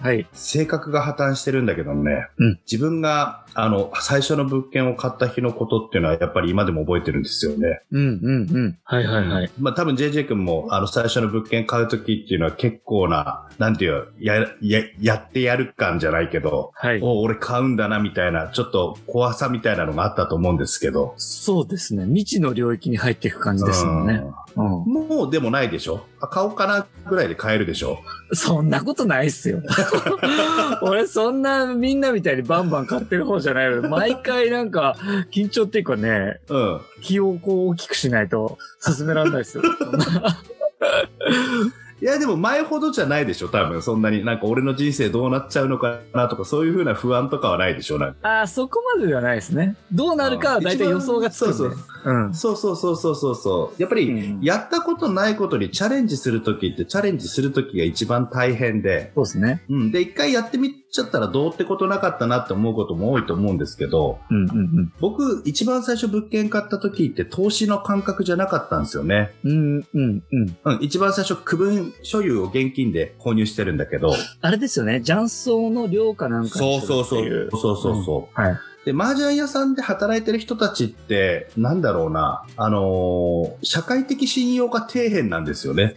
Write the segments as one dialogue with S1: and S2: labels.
S1: はい
S2: 性格が破綻してるんだけどね、
S1: うん
S2: 自分があの最初の物件を買った日のことっていうのはやっぱり今でも覚えてるんですよね
S1: うんうんうんはいはいはい
S2: まあ多分 JJ 君もあの最初の物件買う時っていうのは結構ななんていうやややってやる感じゃないけど
S1: はい
S2: お俺買うんだなみたいなちょっと怖さみたいなのがあったと思うんですけど
S1: そうですね未知の領域に入っていく感じですもんねうん
S2: もうでもないでしょあ買おうかなぐらいで買えるでしょ
S1: そんなことないっす よ俺そんなみんなみたいにバンバン買ってる方じゃないよ毎回なんか緊張っていうかね
S2: うん。
S1: 気をこう大きくしないと進められないっ すよ
S2: いや、でも前ほどじゃないでしょ多分、そんなに。なんか俺の人生どうなっちゃうのかなとか、そういうふうな不安とかはないでしょなんか。
S1: ああそこまでではないですねどうなるかは大体予想がつくんで
S2: そうそう
S1: うん
S2: そうそうそうそうそうそう。やっぱり、
S1: うん
S2: やったことないことにチャレンジするときって、チャレンジするときが一番大変で、
S1: そうですね
S2: うん。で、一回やってみちゃったらどうってことなかったなって思うことも多いと思うんですけど、
S1: うんうんうん
S2: 僕、一番最初物件買ったときって投資の感覚じゃなかったんですよね。
S1: うんうんうん。
S2: うん。一番最初、区分所有を現金で購入してるんだけど、
S1: あれですよね、雀荘の量かなんか
S2: そう
S1: にする
S2: そう
S1: って
S2: そ
S1: いうう。。
S2: そうそうそう。
S1: はい。
S2: で、麻雀屋さんで働いてる人たちって、なんだろうな、あのー社会的信用が底辺なんですよね。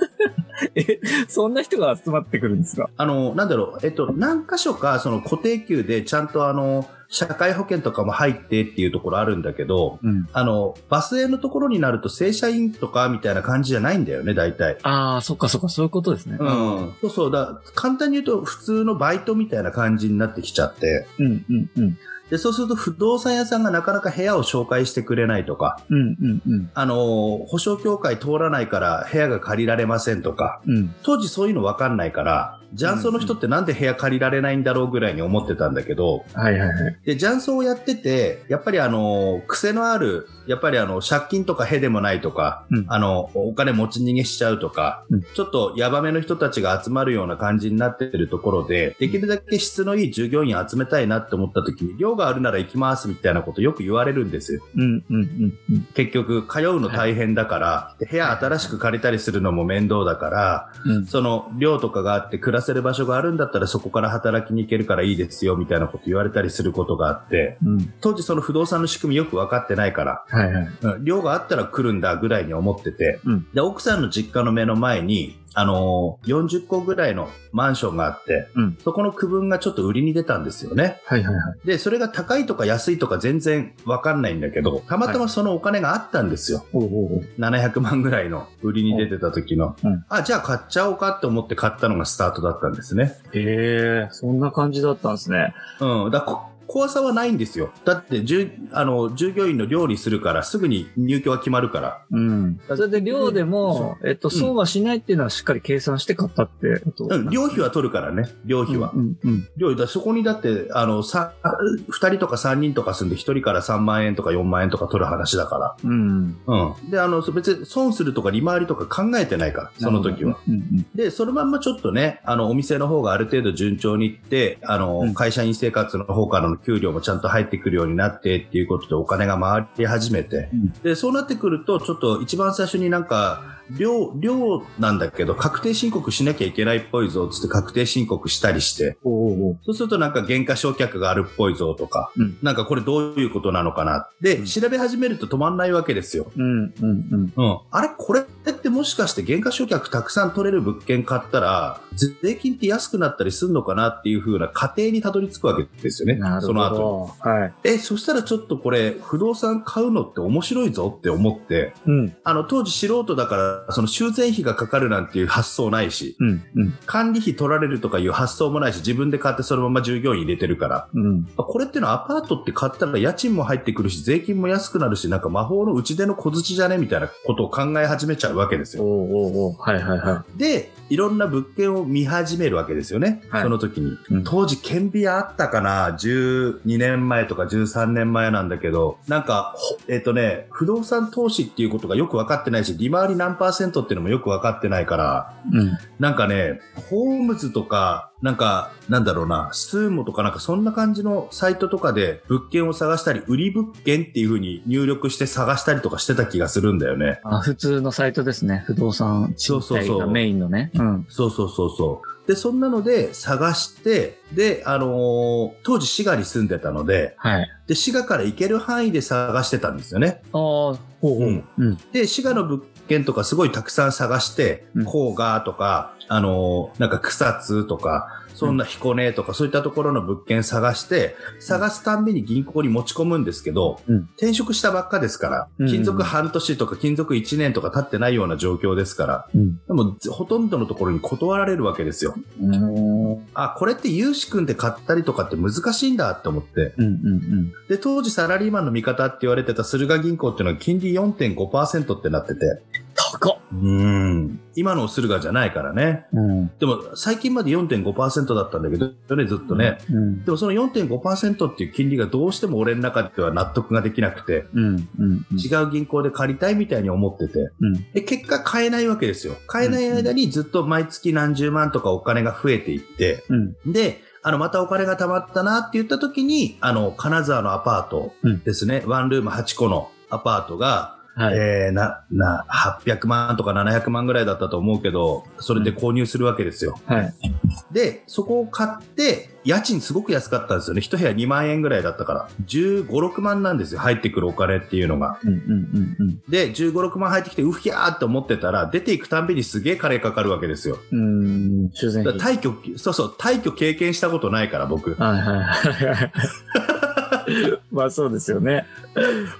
S1: そんな人が集まってくるんですか
S2: あのーなんだろう、えっと、何箇所か、その固定給でちゃんとあのー社会保険とかも入ってっていうところあるんだけど、
S1: うん。
S2: あの、バス停のところになると正社員とかみたいな感じじゃないんだよね、大体。
S1: ああ、そっかそっか、そういうことですね。
S2: うん。そうそうだ。簡単に言うと、普通のバイトみたいな感じになってきちゃって。
S1: うんうんうん。
S2: で、そうすると不動産屋さんがなかなか部屋を紹介してくれないとか、
S1: うんうんうん。
S2: あの、保証協会通らないから部屋が借りられませんとか、
S1: うん。
S2: 当時そういうのわかんないから、雀荘の人ってなんで部屋借りられないんだろうぐらいに思ってたんだけど、
S1: はいはいはい。
S2: で、雀荘をやってて、やっぱりあの、癖のある、やっぱりあの、借金とかへでもないとか、
S1: うん
S2: あの、お金持ち逃げしちゃうとか、
S1: うん
S2: ちょっとヤバめの人たちが集まるような感じになってるところで、できるだけ質のいい従業員集めたいなって思った時に、量があるなら行きますみたいなことよく言われるんですよ
S1: うんうんうんうん。
S2: 結局、通うの大変だから、で部屋新しく借りたりするのも面倒だから、
S1: うん、
S2: その寮とかがあって暮らせる場所があるんだったらそこから働きに行けるからいいですよみたいなこと言われたりすることがあって、
S1: うん。
S2: 当時その不動産の仕組みよく分かってないから、
S1: はいはい。
S2: うん寮があったら来るんだぐらいに思ってて、
S1: うん
S2: で、奥さんの実家の目の前に、あのー40個ぐらいのマンションがあって、
S1: うん
S2: そこの区分がちょっと売りに出たんですよね。
S1: はいはいはい。
S2: で、それが高いとか安いとか全然分かんないんだけど、たまたまそのお金があったんですよ。
S1: おうおうおう。
S2: 700万ぐらいの売りに出てた時の、
S1: うん
S2: あ、じゃあ買っちゃおうかって思って買ったのがスタートだったんですね。
S1: ええそんな感じだったんですね。
S2: うん。だこ怖さはないんですよ。だって、じゅあの、従業員の料理するから、すぐに入居は決まるから。
S1: うん。それで量でも、えっと、
S2: ん
S1: 損はしないっていうのはしっかり計算して買ったってこと
S2: うん、寮費は取るからね、寮費は。
S1: うんうん。
S2: 寮費だ、そこにだって、あの、さ、2人とか3人とか住んで、1人から3万円とか4万円とか取る話だから。
S1: うん。
S2: うん。で、あの、別に損するとか利回りとか考えてないから、その時は。。
S1: うんうん。
S2: で、そのまんまちょっとね、あの、お店の方がある程度順調にいって、あの、
S1: うん
S2: 会社員生活の方からの給料もちゃんと入ってくるようになってっていうことでお金が回り始めて、
S1: うん
S2: で、そうなってくると、ちょっと一番最初になんか、量、量なんだけど、確定申告しなきゃいけないっぽいぞ、つって確定申告したりして、
S1: おうおうおう。
S2: そうするとなんか減価償却があるっぽいぞとか、
S1: うん
S2: なんかこれどういうことなのかな。で、
S1: うん
S2: 調べ始めると止まんないわけですよ。
S1: うんうんうん。
S2: うん、あれこれってもしかして減価償却たくさん取れる物件買ったら税金って安くなったりするのかなっていう風な過程にたどり着くわけですよね
S1: なる
S2: そ
S1: ほ
S2: の後
S1: ど。はい。
S2: えそしたらちょっとこれ不動産買うのって面白いぞって思って
S1: うん。
S2: あの当時素人だからさ、その修繕費がかかるなんていう発想ないし、
S1: うん、うん、
S2: 管理費取られるとかいう発想もないし、自分で買ってそのまま従業員入れてるから。
S1: うん。
S2: これってのはアパートって買ったら家賃も入ってくるし、税金も安くなるし、なんか魔法の打ち出の小槌じゃねみたいなことを考え始めちゃうわけです
S1: お
S2: よ。
S1: おおうおうはいはいは
S2: で、いろんな物件を見始めるわけですよね。
S1: はい
S2: その時に。
S1: い。うん
S2: 当時、顕微鏡あったかな ?12 年前とか13年前なんだけど、なんか、ほえっ、とね、不動産投資っていうことがよく分かってないし、利回り何パーセントっていうのもよく分かってないから、
S1: うん。
S2: なんかね、ホームズとか、なんか、なんだろうな、スーモとかなんかそんな感じのサイトとかで物件を探したり、売り物件っていう風に入力して探したりとかしてた気がするんだよね。
S1: あ、普通のサイトですね。不動産
S2: そうそうそう
S1: がメインのね。うん。
S2: そうそうそうそう。で、そんなので探して、で、あのー当時滋賀に住んでたので、
S1: はい。
S2: で、滋賀から行ける範囲で探してたんですよね。
S1: ああ、ほうほう。
S2: うん
S1: うん。
S2: で、滋賀の物件とかすごいたくさん探して
S1: うん、
S2: 甲賀とか、あのーなんか草津とか、そんな彦根とかそういったところの物件探して、探すたんびに銀行に持ち込むんですけど、
S1: うん
S2: 転職したばっかですから、
S1: うん
S2: 勤続半年とか勤続1年とか経ってないような状況ですから、
S1: うん
S2: でもほとんどのところに断られるわけですよ。
S1: うん。うん
S2: あ、これって融資組んで買ったりとかって難しいんだって思って、
S1: うんうん。
S2: で、当時サラリーマンの味方って言われてた駿河銀行っていうのは金利4.5%ってなってて。
S1: 高っ。
S2: うん。今の駿河じゃないからね。
S1: うん。
S2: でも最近まで4.5%だったんだけど、ね、ずっとね。
S1: うん。
S2: でもその4.5%っていう金利がどうしても俺の中では納得ができなくて、
S1: うん。うん。
S2: 違う銀行で借りたいみたいに思ってて。
S1: うん。
S2: で、結果買えないわけですよ。買えない間にずっと毎月何十万とかお金が増えていって、
S1: うん。
S2: で、あの、またお金が貯まったなって言った時に、あの、金沢のアパートですね、ワンルーム8個のアパートが、
S1: はい。
S2: えー、な、な、800万とか700万ぐらいだったと思うけど、それで購入するわけですよ。
S1: はい。
S2: で、そこを買って、家賃すごく安かったんですよね。一部屋2万円ぐらいだったから。15、6万なんですよ。入ってくるお金っていうのが。
S1: うんうんうん
S2: で、15、6万入ってきて、うひゃーって思ってたら、出ていくたんびにすげえ金かかるわけですよ。
S1: うん。うん。修
S2: だ
S1: 繕
S2: から
S1: 費。
S2: 退去、そうそう、退去経験したことないから、僕。
S1: はいはいはいはい。 まあそうですよね。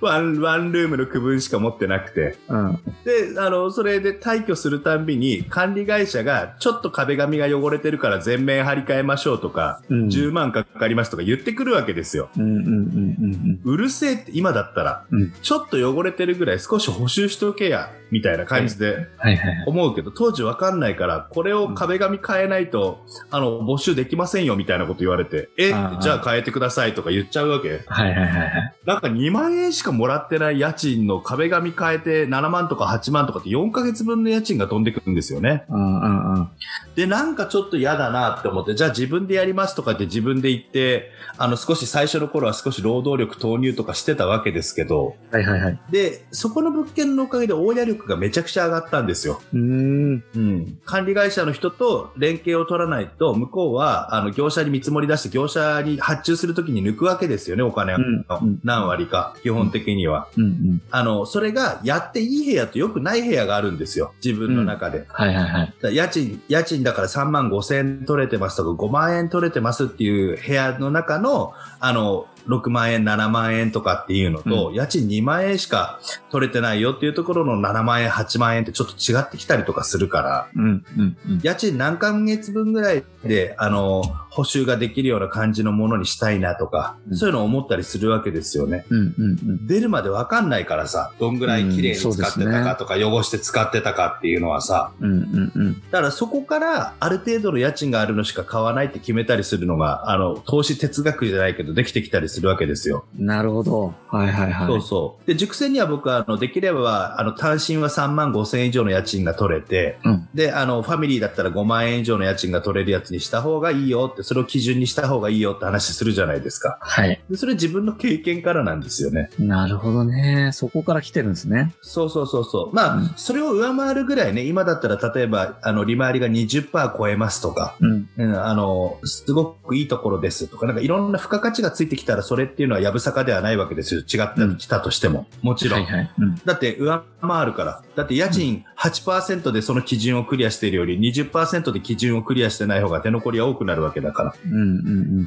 S2: ワン、ワンルームの区分しか持ってなくて。
S1: うん。
S2: で、あの、それで退去するたんびに、管理会社が、ちょっと壁紙が汚れてるから全面張り替えましょうとか、
S1: うん。
S2: 10万かかりますとか言ってくるわけですよ。
S1: うんうんうんうん
S2: うるせえって、今だったら、
S1: うん
S2: ちょっと汚れてるぐらい少し補修しておけや、みたいな感じで
S1: うん。はいはいはい。
S2: 思うけど、当時わかんないから、これを壁紙変えないと、あの、募集できませんよ、みたいなこと言われて、え、じ
S1: あー
S2: ゃあ変えてくださいとか言っちゃうわけ。
S1: はいはいはいはい。
S2: なんか2万円しかもらってない家賃の壁紙変えて7万とか8万とかって4ヶ月分の家賃が飛んでくるんですよね。
S1: うんうんうん。
S2: で、なんかちょっと嫌だなって思って、じゃあ自分でやりますとかって自分で言って、あの少し最初の頃は少し労働力投入とかしてたわけですけど、
S1: はいはいはい。
S2: で、そこの物件のおかげで大家力がめちゃくちゃ上がったんですよ。
S1: うーん。
S2: うん。管理会社の人と連携を取らないと、向こうは、あの、業者に見積もり出して、業者に発注するときに抜くわけですよね、お金を。
S1: うんうん
S2: 何割か、基本的には。
S1: うんうん。
S2: あの、それがやっていい部屋と良くない部屋があるんですよ。自分の中で。だか
S1: はいはいはい。
S2: ら家賃、家賃だから3万5千円取れてますとか5万円取れてますっていう部屋の中の、あの、6万円、7万円とかっていうのと、家賃2万円しか取れてないよっていうところの7万円、8万円ってちょっと違ってきたりとかするから、
S1: うんうんうん。
S2: 家賃何ヶ月分ぐらいで、あの、補修ができるような感じのものにしたいなとか、
S1: うん
S2: そういうのを思ったりするわけですよね。
S1: うんうんうん。
S2: 出るまでわかんないからさ、どんぐらい綺麗に使って
S1: うんそうです
S2: た
S1: ね
S2: かとか、汚して使ってたかっていうのはさ、
S1: うんうんうん。
S2: だからそこからある程度の家賃があるのしか買わないって決めたりするのが、あの、投資哲学じゃないけどできてきたりするわけですよ。
S1: なるほど。はいはいはい。
S2: そうそう。で、塾生には僕は、あの、できれば、あの、単身は3万5千円以上の家賃が取れて、
S1: うん
S2: で、あの、ファミリーだったら5万円以上の家賃が取れるやつにした方がいいよって、それを基準にした方がいいよって話するじゃないですか。
S1: はい。
S2: でそれ自分の経験からなんですよね。
S1: なるほどね。そこから来てるんですね。
S2: そうそうそうそう。まあ、
S1: うん
S2: それを上回るぐらいね、今だったら例えば、あの、利回りが20%超えますとか、
S1: うん。
S2: うん、あの、すごくいいところですとか、なんかいろんな付加価値がついてきたら、それっていうのはやぶさかではないわけですよ。違った
S1: うん
S2: きたとしても。もちろん。
S1: はいはい。うん。
S2: だって上回るから。だって家賃8%でその基準をクリアしているより20%で基準をクリアしてない方が手残りは多くなるわけだだから。
S1: うんう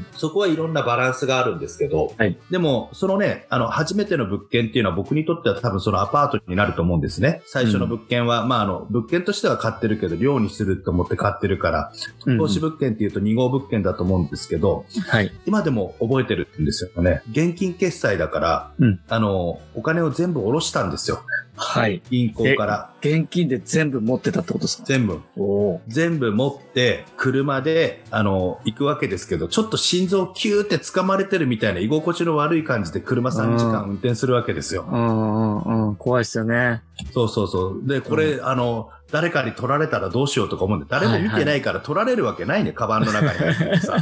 S1: ん
S2: そこはいろんなバランスがあるんですけど、
S1: はい
S2: でも、そのね、あの、初めての物件っていうのは僕にとっては多分そのアパートになると思うんですね。最初の物件は、まあ、あの、物件としては買ってるけど、寮にすると思って買ってるから、
S1: うん。
S2: 投資物件っていうと2号物件だと思うんですけど、
S1: はい。
S2: 今でも覚えてるんですよね。現金決済だから、
S1: うん
S2: あの、お金を全部下ろしたんですよ。
S1: はい。
S2: 銀行から。
S1: 現金で全部持ってたってことですか
S2: 全部。
S1: おお。
S2: 全部持って、車で、あの、行くわけですけど、ちょっと心臓キューって掴まれてるみたいな居心地の悪い感じで車3時間運転するわけですよ
S1: う。んうんうん。怖いですよね。
S2: そうそうそう。で、これ、あの、誰かに取られたらどうしようとか思うんで、誰も見てないから取られるわけないね、カバンの中に入ってて さ。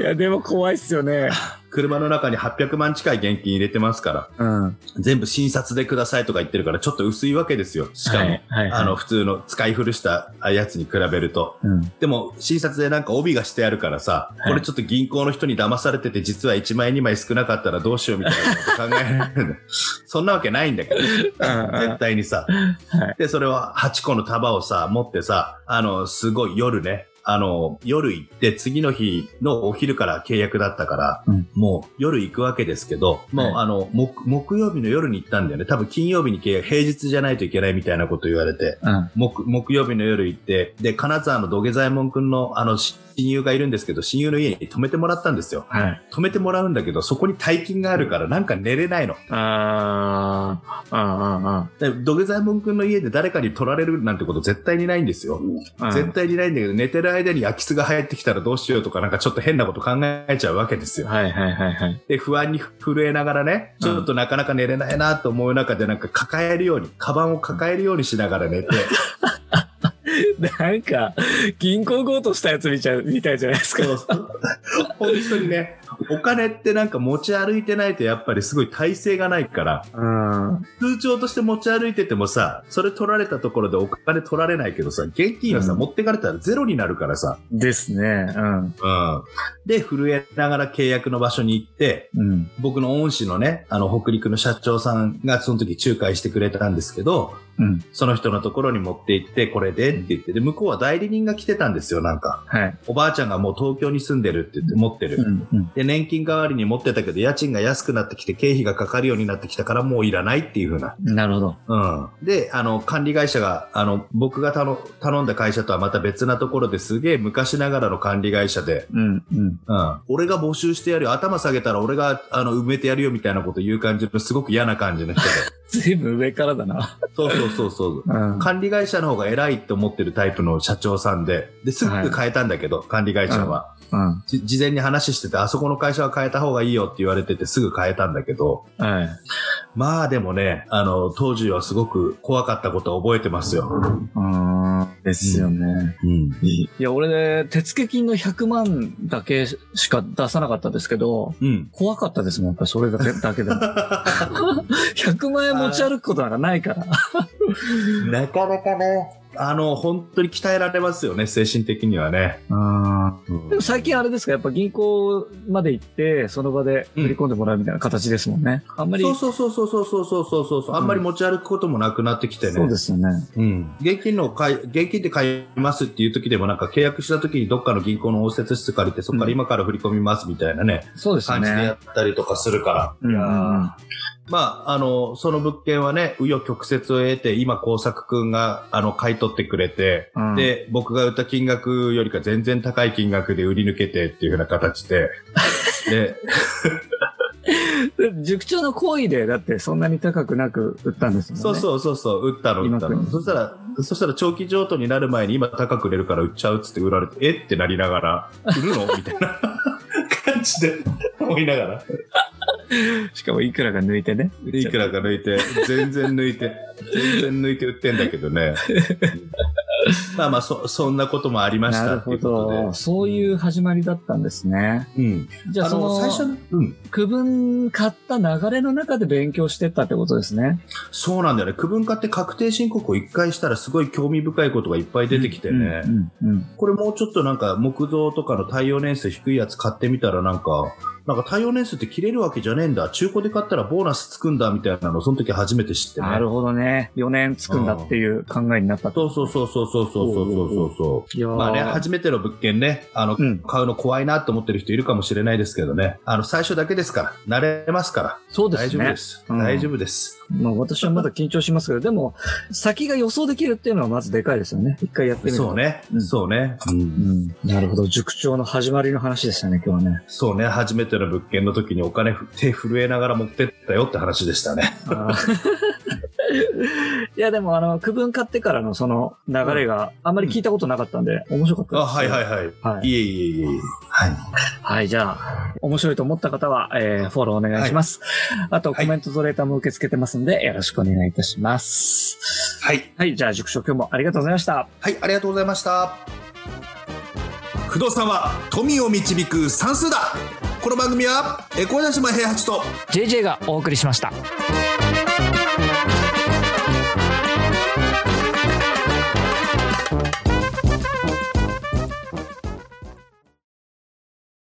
S1: いや、でも怖いっすよね。
S2: 車の中に800万近い現金入れてますから、
S1: うん。
S2: 全部診察でくださいとか言ってるから、ちょっと薄いわけですよ。しかも、
S1: はいはい、
S2: あの、普通の使い古したやつに比べると。
S1: うん、
S2: でも、診察でなんか帯がしてあるからさ、
S1: はい
S2: これちょっと銀行の人に騙されてて、実は1枚2枚少なかったらどうしようみたいなこと考えられる。 そんなわけないんだけど、絶対にさ。
S1: はい
S2: で、それは8個の束をさ、持ってさ、あの、すごい夜ね、あの、夜行って、次の日のお昼から契約だったから、
S1: うん
S2: もう夜行くわけですけど、もう、
S1: はい
S2: あの、木木曜日の夜に行ったんだよね。多分金曜日に契約、平日じゃないといけないみたいなこと言われて。
S1: うん、
S2: 木木曜日の夜行って、で、金沢の土下左衛門くんの、あの、し親友がいるんですけど、親友の家に泊めてもらったんですよ。
S1: はい。
S2: 泊めてもらうんだけど、そこに大金があるから、なんか寝れないの。
S1: あーあー、あ
S2: で土下左衛門くんの家で誰かに取られるなんてこと絶対にないんですよ。
S1: ーあー、
S2: 絶対にないんだけど、寝てる間に空き巣が入ってきたらどうしようとか、なんかちょっと変なこと考えちゃうわけです
S1: うん。
S2: よ。
S1: はいはいはいはい。
S2: で、不安に震えながらね、ちょっとなかなか寝れないなと思う中で、なんか抱えるように、カバンを抱えるようにしながら寝て、
S1: なんか、銀行強盗したやつみたいみたいじゃないですか。
S2: 本当にね、お金ってなんか持ち歩いてないとやっぱりすごい体勢がないから、
S1: うん。
S2: 通帳として持ち歩いててもさ、それ取られたところでお金取られないけどさ、現金はさ、
S1: うん
S2: 持ってかれたらゼロになるからさ、
S1: ですね。うん。
S2: うん。で、震えながら契約の場所に行って、
S1: うん。
S2: 僕の恩師のね、あの、北陸の社長さんがその時仲介してくれたんですけど、
S1: うん。
S2: その人のところに持って行って、これでって言って、で、向こうは代理人が来てたんですよ、なんか。
S1: はい。
S2: おばあちゃんがもう東京に住んでるって言って、持ってる。
S1: ん。うん。
S2: で、年金代わりに持ってたけど、家賃が安くなってきて、経費がかかるようになってきたから、もういらないっていうふうな。
S1: なるほど。
S2: うん。で、あの、管理会社が、あの、僕が頼頼んだ会社とはまた別なところですげえ昔ながらの管理会社で、
S1: うん。うん。
S2: うん。俺が募集してやるよ。頭下げたら俺が、あの、埋めてやるよみたいなこと言う感じの、すごく嫌な感じの人 で。
S1: ずいぶん上からだな。
S2: そうそうそうそう。
S1: うん
S2: 管理会社の方が偉いって思ってるタイプの社長さんで、で、すぐ変えたんだけど、管理会社は。
S1: うん。
S2: じ事前に話してて、あそこの会社は変えた方がいいよって言われててすぐ変えたんだけど、
S1: はい。
S2: まあでもね、あの、当時はすごく怖かったことは覚えてますよ。
S1: うん。ですよね。
S2: うん。
S1: いや、俺ね、手付金の100万だけしか出さなかったですけど、
S2: うん。
S1: 怖かったですもん、やっぱりそれだけだけで も。100万円持ち歩くことなんかないから。
S2: なかなかね、あの、本当に鍛えられますよね、精神的にはね。うん
S1: でも最近あれですか、やっぱ銀行まで行って、その場で振り込んでもらうみたいな形ですもんね。あんまり。
S2: そうそうそうそうそうそうそうそうそう、あんまり持ち歩くこともなくなってきてね。
S1: そうですよね。
S2: うん。現金の買い、現金で買いますっていう時でもなんか契約した時にどっかの銀行の応接室借りてそこから今から振り込みますみたいなね、
S1: そうですよ
S2: 感じでや
S1: ね。
S2: ったりとかするから。
S1: うんうんうん
S2: まあ、あの、その物件はね、紆余曲折を得て、今、工作くんが、あの、買い取ってくれて、
S1: うん
S2: で、僕が売った金額よりか全然高い金額で売り抜けてっていうふうな形で、 で、
S1: で塾長の行為で、だってそんなに高くなく売ったんですもんね。
S2: そうそうそうそう、売ったの、売った
S1: 今
S2: の。
S1: くん
S2: そしたら、そしたら長期譲渡になる前に今高く売れるから売っちゃうっつって売られて、えってなりながら、売るのみたい な感じで思いながら。
S1: しかもいくらか抜いてね。
S2: いくらか抜いて、全然抜いて、全然抜いて売ってんだけどね。 まあまあ、そ、そんなこともありまし
S1: な
S2: た
S1: る
S2: ってい
S1: ほ
S2: うこ
S1: ど。そういう始まりだったんですね。
S2: とで。うん。
S1: じゃ
S2: あ
S1: あその、
S2: の、最初の、うん。
S1: 区分買った流れの中で勉強してったってことですね。
S2: そうなんだよね。区分化って確定申告を一回したらすごい興味深いことがいっぱい出てきてね。
S1: うんうんうん
S2: これもうちょっとなんか木造とかの耐用年数低いやつ買ってみたらなんか、なんか対応年数って切れるわけじゃねえんだ。中古で買ったらボーナスつくんだみたいなの、その時初めて知ってね。
S1: なるほどね。4年つくんだっていう考えになったと。
S2: そうそうそうそうそうそうそうそうそ
S1: いやー
S2: う。まあね、初めての物件ね、あの、
S1: うん。
S2: 買うの怖いなと思ってる人いるかもしれないですけどね。あの、最初だけですから。慣れますから。
S1: そうで
S2: 大
S1: す
S2: 丈夫
S1: ね
S2: で。す。
S1: うん
S2: 大丈夫です。
S1: まあ私はまだ緊張しますけど、でも、先が予想できるっていうのはまずでかいですよね。一回やってみると。
S2: そうね
S1: う。ん
S2: そうね。うん
S1: うん。なるほど。塾長の始まりの話でしたね、今日はね。
S2: そうね。初めての物件の時にお金ふ手震えながら持ってったよって話でしたね。
S1: あーいや、でも、あの、区分買ってからのその流れがあんまり聞いたことなかったんで、面白かったです。。
S2: あ、はいはいいはい。
S1: はい。
S2: いえいえいえいえ。はい。
S1: はい、じゃあ、面白いと思った方は、えーフォローお願いします。あと、
S2: は
S1: コ
S2: い
S1: メントとレーターも受け付けてますんで、よろしくお願いいたします。
S2: はい。
S1: はい、じゃあ、塾長今日もありがとうございました。
S2: はい、ありがとうございました。不動産は富を導く算数だこの番組は、えー小出島平八と、
S3: JJ がお送りしました